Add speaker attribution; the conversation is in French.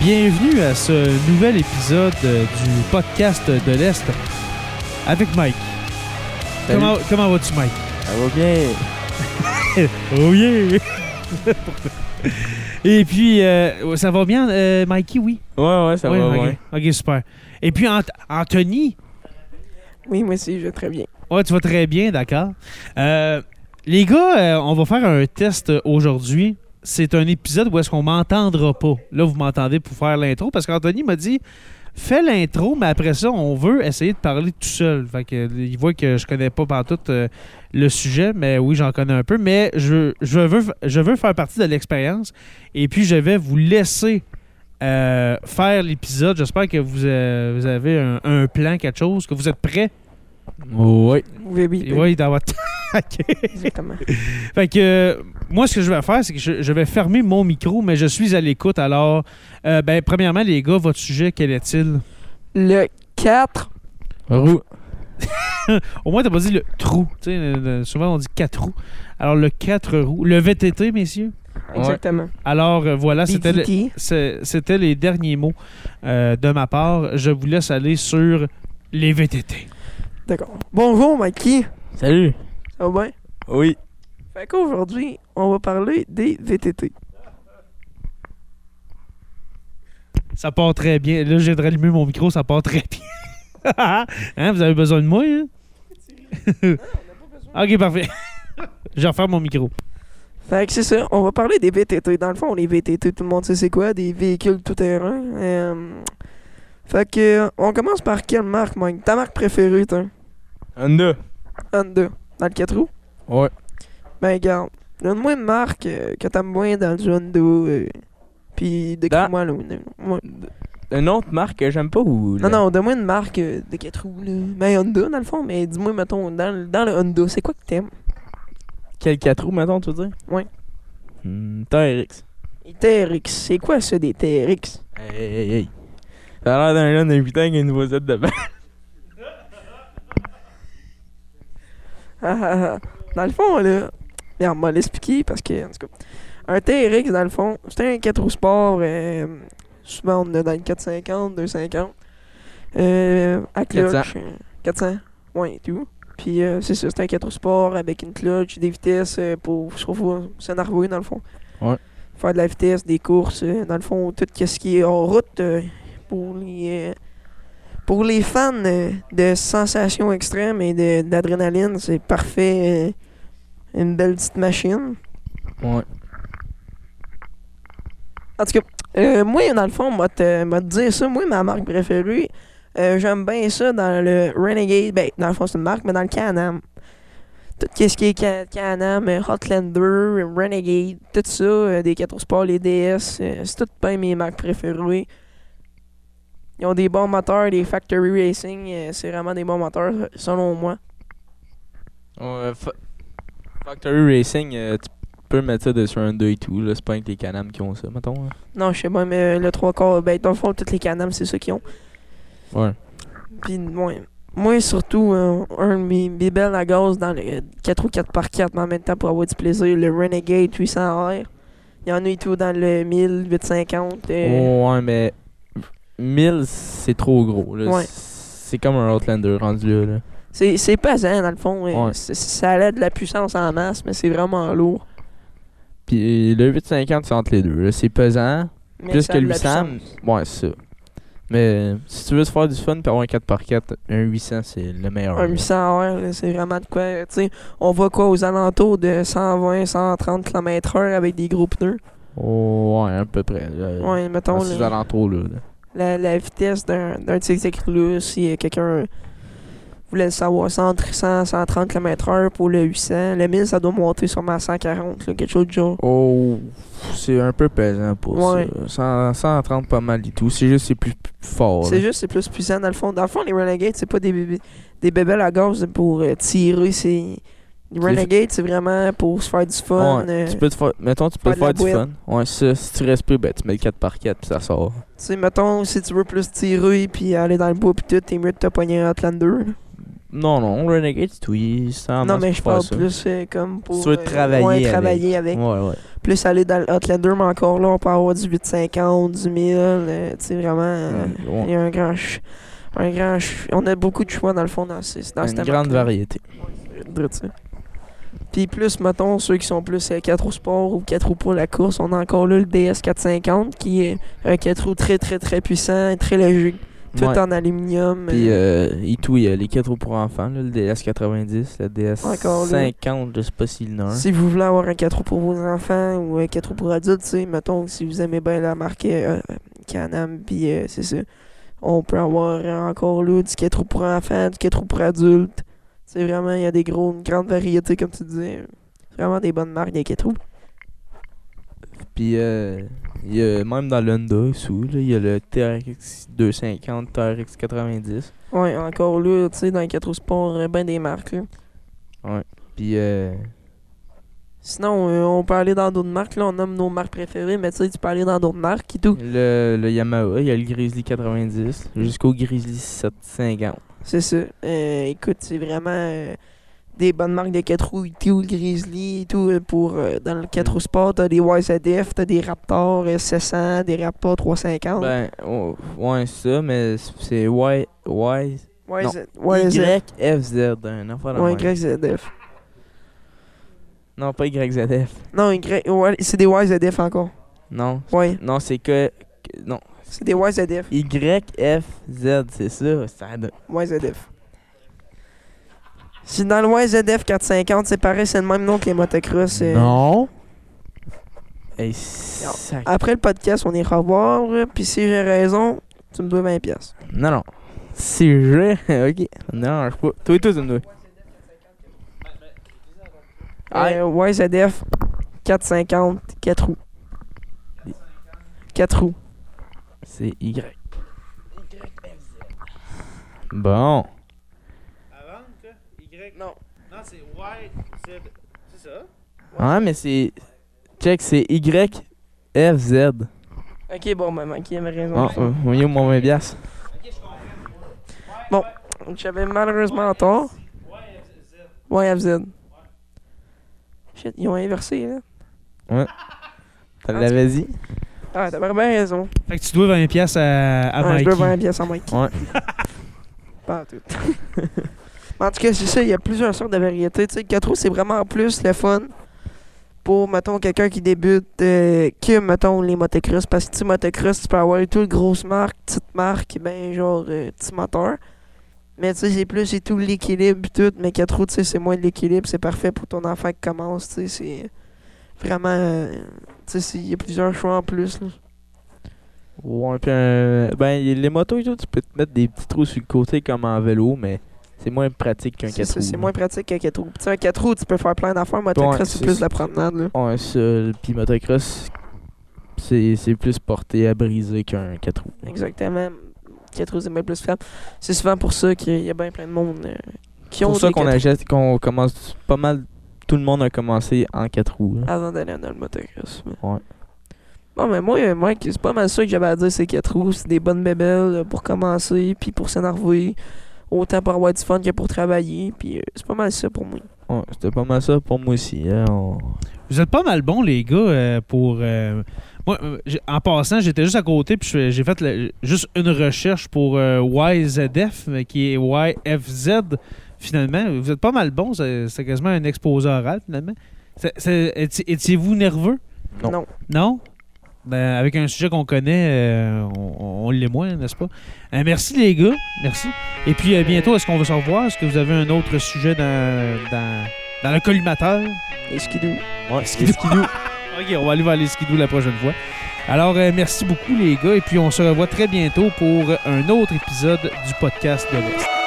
Speaker 1: Bienvenue à ce nouvel épisode euh, du podcast de l'Est avec Mike.
Speaker 2: Salut.
Speaker 1: Comment, comment vas-tu, Mike?
Speaker 2: Ça va bien.
Speaker 1: Oh yeah! Et puis, euh, ça va bien, euh, Mikey, oui?
Speaker 2: Ouais, ouais, ça
Speaker 1: Oui,
Speaker 2: va,
Speaker 1: ok.
Speaker 2: ouais.
Speaker 1: OK, super. Et puis, Ant- Anthony,
Speaker 3: Oui, moi aussi, je vais très bien.
Speaker 1: ouais, tu vas très bien, d'accord. Euh, les gars, euh, on va faire un test euh, aujourd'hui. C'est un épisode où est-ce qu'on m'entendra pas. Là, vous m'entendez pour faire l'intro parce qu'Anthony m'a dit fais l'intro, mais après ça, on veut essayer de parler tout seul. Fait que, euh, il voit que je connais pas partout euh, le sujet, mais oui, j'en connais un peu. Mais je, je, veux, je veux faire partie de l'expérience et puis je vais vous laisser euh, faire l'épisode. J'espère que vous, euh, vous avez un, un plan, quelque chose, que vous êtes prêts.
Speaker 2: Ouais.
Speaker 3: Oui, oui, oui,
Speaker 1: Oui, dans votre. OK.
Speaker 3: exactement.
Speaker 1: Fait que euh, moi, ce que je vais faire, c'est que je, je vais fermer mon micro, mais je suis à l'écoute. Alors, euh, ben, premièrement, les gars, votre sujet, quel est-il?
Speaker 3: Le 4,
Speaker 2: Roux.
Speaker 1: Au moins, t'as pas dit le trou. Tu sais, le- le- souvent, on dit quatre roues. Alors, le quatre roues. Le VTT, messieurs.
Speaker 3: exactement.
Speaker 1: Alors, euh, voilà,
Speaker 3: Les
Speaker 1: c'était le-
Speaker 3: Kiki.
Speaker 1: c'est- c'était les derniers mots euh, de ma part. Je vous laisse aller sur les VTT.
Speaker 3: D'accord. Bonjour, Mikey.
Speaker 2: Salut.
Speaker 3: Ça va bien?
Speaker 2: Oui.
Speaker 3: Fait qu'aujourd'hui, on va parler des VTT.
Speaker 1: Ça part très bien. Là, j'ai rallumé mon micro, ça part très bien. Hein, vous avez besoin de moi, hein? Ok, parfait. Je referme mon micro.
Speaker 3: Fait que c'est ça, on va parler des VTT. Dans le fond, les VTT, tout le monde sait c'est quoi, des véhicules tout-terrain. Euh, Fait que, euh, on commence par quelle marque, Mike? Ta marque préférée, toi?
Speaker 2: Honda.
Speaker 3: Honda. Dans le 4 roues?
Speaker 2: Ouais.
Speaker 3: Ben, regarde, donne-moi une marque euh, que t'aimes moins dans le Honda. euh, Puis, décris-moi, là. Ouais.
Speaker 2: Une autre marque que j'aime pas ou. la-
Speaker 3: Non, non, donne-moi une marque euh, de 4 roues, là. Ben, Honda, dans le fond, mais dis-moi, mettons, dans, le- dans le Honda, c'est quoi que t'aimes?
Speaker 2: Quel 4 roues, mettons, tu veux dire
Speaker 3: Ouais.
Speaker 2: Hmm, T'as un RX.
Speaker 3: Les TRX, c'est quoi ça, des TRX?
Speaker 2: Hey, hey, hey, hey. Ça a l'air d'un jeune de 8 ans qui a une noisette devant.
Speaker 3: Ah, ah, ah. dans le fond, là, regarde, moi l'expliquer parce que, en tout cas, un TRX, dans le fond, c'est un 4 roues sport, euh, souvent on est dans le 450, 250, euh, à clutch,
Speaker 2: 400.
Speaker 3: euh, 400, ouais, et tout. Puis, euh, c'est ça, c'est un 4 roues sport avec une clutch, des vitesses euh, pour, je trouve, s'énerver, dans le fond.
Speaker 2: Ouais.
Speaker 3: Faire de la vitesse, des courses, euh, dans le fond, tout ce qui est en route euh, pour les. euh, pour les fans euh, de sensations extrêmes et de- d'adrénaline, c'est parfait. euh, Une belle petite machine.
Speaker 2: Ouais.
Speaker 3: En tout cas, euh, moi, dans le fond, moi, te, m'a te dire ça, moi, ma marque préférée, euh, j'aime bien ça dans le Renegade. Ben, dans le fond, c'est une marque, mais dans le Can-Am. Tout ce qui est Can- Can-Am, euh, Hotlander, Renegade, tout ça, euh, des 4 sports, les DS, euh, c'est tout bien mes marques préférées. Ils ont des bons moteurs, des Factory Racing, euh, c'est vraiment des bons moteurs, euh, selon moi.
Speaker 2: Ouais, fa- Factory Racing, euh, tu peux mettre ça dessus un 2 et tout. là. C'est pas avec les canames qui ont ça, mettons. hein.
Speaker 3: Non, je sais pas, mais le 3 quarts, ben, dans le fond, toutes les Can-Am, c'est ça qu'ils ont.
Speaker 2: Ouais.
Speaker 3: Puis, moi, moi surtout, euh, un de mes, mes belles à gaz dans le 4 ou 4x4, mais en même temps, pour avoir du plaisir, le Renegade 800R. Il y en a et tout dans le 1000, 850. euh,
Speaker 2: Ouais, mais. 1000, c'est trop gros. Là.
Speaker 3: Ouais.
Speaker 2: C'est comme un Outlander rendu là. là.
Speaker 3: C'est, c'est pesant, dans le fond. euh,
Speaker 2: Ouais.
Speaker 3: c'est- ça a de la puissance en masse, mais c'est vraiment lourd.
Speaker 2: Puis le 850, c'est entre les deux. là. C'est pesant.
Speaker 3: Mais
Speaker 2: Plus
Speaker 3: ça
Speaker 2: que
Speaker 3: a de la
Speaker 2: 800,
Speaker 3: puissance.
Speaker 2: Ouais, c'est ça. Mais euh, si tu veux te faire du fun et avoir un 4x4, un 800, c'est le meilleur. là.
Speaker 3: Un 800R, là, c'est vraiment de quoi. euh, Tu sais, on va quoi aux alentours de 120, 130 km/h avec des gros pneus.
Speaker 2: Oh, ouais, Ah, à peu près. Là,
Speaker 3: Ouais, mettons.
Speaker 2: Dans
Speaker 3: là.
Speaker 2: ces alentours, là. là.
Speaker 3: la, la vitesse d'un d'un tic-tac-là, si euh, quelqu'un voulait le savoir, 100, 100, 130 km/h pour le 800. Le 1000, ça doit monter sûrement à 140, là, quelque chose du genre.
Speaker 2: Oh, c'est un peu pesant pour
Speaker 3: Ouais.
Speaker 2: ça. 100, 130 pas mal du tout. C'est juste c'est plus, plus fort.
Speaker 3: C'est
Speaker 2: là.
Speaker 3: juste, c'est plus puissant dans le fond. Dans le fond, les Renegades, c'est pas des bébés, des bébés à la gaz pour euh, tirer. C'est... Les Renegades, c'est vraiment pour se faire du fun.
Speaker 2: Ouais,
Speaker 3: euh,
Speaker 2: tu peux te faire, mettons, tu peux te
Speaker 3: faire
Speaker 2: faire
Speaker 3: de la
Speaker 2: du fun. Ouais, ça, si tu respires, ben, tu mets le 4x4 puis ça sort.
Speaker 3: Tu sais, mettons, si tu veux plus tirer puis aller dans le bois puis tout, t'es mieux de te pogner un Outlander. là.
Speaker 2: Non, non, Renegade, c'est oui, c'est en
Speaker 3: non,
Speaker 2: masse
Speaker 3: mais
Speaker 2: pour
Speaker 3: je
Speaker 2: faire
Speaker 3: parle
Speaker 2: ça.
Speaker 3: plus euh, comme pour.
Speaker 2: tu veux
Speaker 3: euh,
Speaker 2: travailler
Speaker 3: ouais,
Speaker 2: avec.
Speaker 3: travailler avec.
Speaker 2: Ouais, ouais.
Speaker 3: Plus aller dans le Outlander, mais encore là, on peut avoir du 850, du 1000. euh, tu sais, vraiment. euh,
Speaker 2: Ouais.
Speaker 3: Il y a un grand. ch- Un grand ch- On a beaucoup de choix dans le fond dans, ce, dans
Speaker 2: Une
Speaker 3: cette
Speaker 2: grande
Speaker 3: marque-là.
Speaker 2: variété.
Speaker 3: Drôle, ça. Puis plus, mettons, ceux qui sont plus 4 roues sport ou 4 roues pour la course, on a encore là le DS450 qui est un 4 roues très très très puissant et très léger. Tout
Speaker 2: Ouais.
Speaker 3: en aluminium.
Speaker 2: Puis
Speaker 3: euh,
Speaker 2: euh, et tout, il y a les 4 roues pour enfants, là, le DS90, le
Speaker 3: Encore, là.
Speaker 2: DS50, je sais pas s'il y en a un.
Speaker 3: Si vous voulez avoir un 4 roues pour vos enfants ou un 4 roues pour adultes, tu sais, mettons, si vous aimez bien la marque euh, Can-Am, puis euh, c'est ça, on peut avoir euh, encore là du 4 roues pour enfants, du 4 roues pour adultes. C'est vraiment, il y a des gros, une grande variété, comme tu disais. Vraiment des bonnes marques, des 4 roues.
Speaker 2: Puis euh, il y a, même dans l'Honda, sous, là, il y a le TRX 250, TRX 90.
Speaker 3: Ouais, encore là, tu sais, dans les 4 roues sport, euh, ben des marques. là.
Speaker 2: Puis euh,
Speaker 3: Sinon, euh, on peut aller dans d'autres marques, là, on nomme nos marques préférées, mais tu sais, tu peux aller dans d'autres marques et tout.
Speaker 2: le, le Yamaha, il y a le Grizzly 90 jusqu'au Grizzly 750.
Speaker 3: C'est ça. Euh, écoute, c'est vraiment euh, des bonnes marques de 4 roues, et tout, le Grizzly et tout. euh, pour, euh, dans le 4 roues sport, t'as des Wise ADF, t'as des Raptors euh, 600, des Raptors 350.
Speaker 2: Ben, oh, ouais, c'est ça, mais c'est Y, Y,
Speaker 3: YZ,
Speaker 2: YFZ, un enfant
Speaker 3: Ouais, YZF.
Speaker 2: Non, pas YZF.
Speaker 3: Non, Y, ouais, c'est des Wise ADF encore.
Speaker 2: Non,
Speaker 3: Ouais,
Speaker 2: non, c'est que, que- non,
Speaker 3: c'est des Wise ADF.
Speaker 2: YFZ, c'est ça, ça donne.
Speaker 3: YZF. Si dans le YZF 450, c'est pareil, c'est le même nom que les motocross. euh,
Speaker 1: Non.
Speaker 2: Hey, sac-
Speaker 3: Après le podcast, on ira voir. euh, Puis si j'ai raison, tu me dois 20$. piastres.
Speaker 2: Non, non. C'est vrai, ok. Non, je peux. Toi et toi, tu me dois. Aïe.
Speaker 3: Euh, YZF 450, 4 roues. 4 roues.
Speaker 2: C'est Y. Bon.
Speaker 1: Avant, Y.
Speaker 3: Non.
Speaker 1: Non, c'est Y, Z. C'est ça?
Speaker 2: Ouais, mais c'est. Check, c'est YFZ.
Speaker 3: Ok, bon, maman, qui avait raison.
Speaker 2: Oh, on y a mon 20 piastres.
Speaker 3: Donc, J'avais malheureusement tort. YFZ. Shit, ils ont inversé, hein. là.
Speaker 2: Tu l'avais dit?
Speaker 3: Ah, t'as bien raison.
Speaker 1: Fait que tu dois 20$ piastres à, à
Speaker 3: Ouais, je
Speaker 1: Mikey.
Speaker 3: dois 20$ piastres à Mike.
Speaker 2: Ouais.
Speaker 3: Pas en tout. Mais en tout cas, c'est ça, il y a plusieurs sortes de variétés. Tu sais, 4 roues, c'est vraiment plus le fun pour, mettons, quelqu'un qui débute euh, que, mettons, les motocross. Parce que, tu sais, motocross, tu peux avoir tout, grosse marque, petite marque, ben, genre, euh, petit moteur. Mais, tu sais, c'est plus, c'est tout l'équilibre, pis tout. Mais 4 roues, tu sais, c'est moins de l'équilibre. C'est parfait pour ton enfant qui commence, tu sais, c'est vraiment. euh, tu sais, c'est- il y a plusieurs choix en plus, là.
Speaker 2: Ouais, puis un- ben, y- les motos et tout, tu peux te mettre des petits trous sur le côté comme en vélo, mais c'est moins pratique qu'un
Speaker 3: C'est
Speaker 2: 4
Speaker 3: ça,
Speaker 2: roues.
Speaker 3: c'est
Speaker 2: là.
Speaker 3: moins pratique qu'un 4 roues. Puis, Tu sais, un 4 roues, tu peux faire plein d'affaires. Motocross,
Speaker 2: Ouais,
Speaker 3: c'est
Speaker 2: c'est
Speaker 3: plus
Speaker 2: ça.
Speaker 3: de la promenade, là.
Speaker 2: Ouais, seul. Puis motocross, c'est c'est plus porté à briser qu'un 4 roues.
Speaker 3: Exactement. 4 roues, c'est bien plus ferme. C'est souvent pour ça qu'il y a bien plein de monde euh, qui
Speaker 2: C'est
Speaker 3: ont
Speaker 2: pour ça
Speaker 3: des
Speaker 2: qu'on
Speaker 3: quatre
Speaker 2: achète, qu'on commence pas mal. Tout le monde a commencé en 4 roues. hein. là.
Speaker 3: roues avant d'aller dans le motocross. mais-
Speaker 2: Ouais.
Speaker 3: Bon, mais moi, euh, Mike, c'est pas mal ça que j'avais à dire, ces 4 roues. C'est des bonnes bébelles euh, pour commencer, puis pour s'énerver. Autant pour avoir du fun que pour travailler. Puis euh, c'est pas mal ça pour moi.
Speaker 2: Ouais, C'était pas mal ça pour moi aussi. hein, on-
Speaker 1: Vous êtes pas mal bons, les gars, euh, pour. euh, moi, euh, j'ai- en passant, j'étais juste à côté, puis je fais- j'ai fait le- juste une recherche pour euh, YZF, mais euh, qui est YFZ, finalement. Vous êtes pas mal bons, c'est c'est quasiment un exposé oral, finalement. C'est- c'est- éti- Étiez-vous nerveux?
Speaker 2: Non.
Speaker 1: Non? Ben, avec un sujet qu'on connaît, euh, on, on l'est moins, n'est-ce pas? Euh, merci, les gars. Merci. Et puis, euh, bientôt, est-ce qu'on va se revoir? Est-ce que vous avez un autre sujet dans, dans, dans le collimateur?
Speaker 3: Et skidoo.
Speaker 2: Ouais, les skidoo.
Speaker 1: OK, on va aller vers les skidoo la prochaine fois. Alors, euh, merci beaucoup, les gars. Et puis, on se revoit très bientôt pour un autre épisode du podcast de l'Est.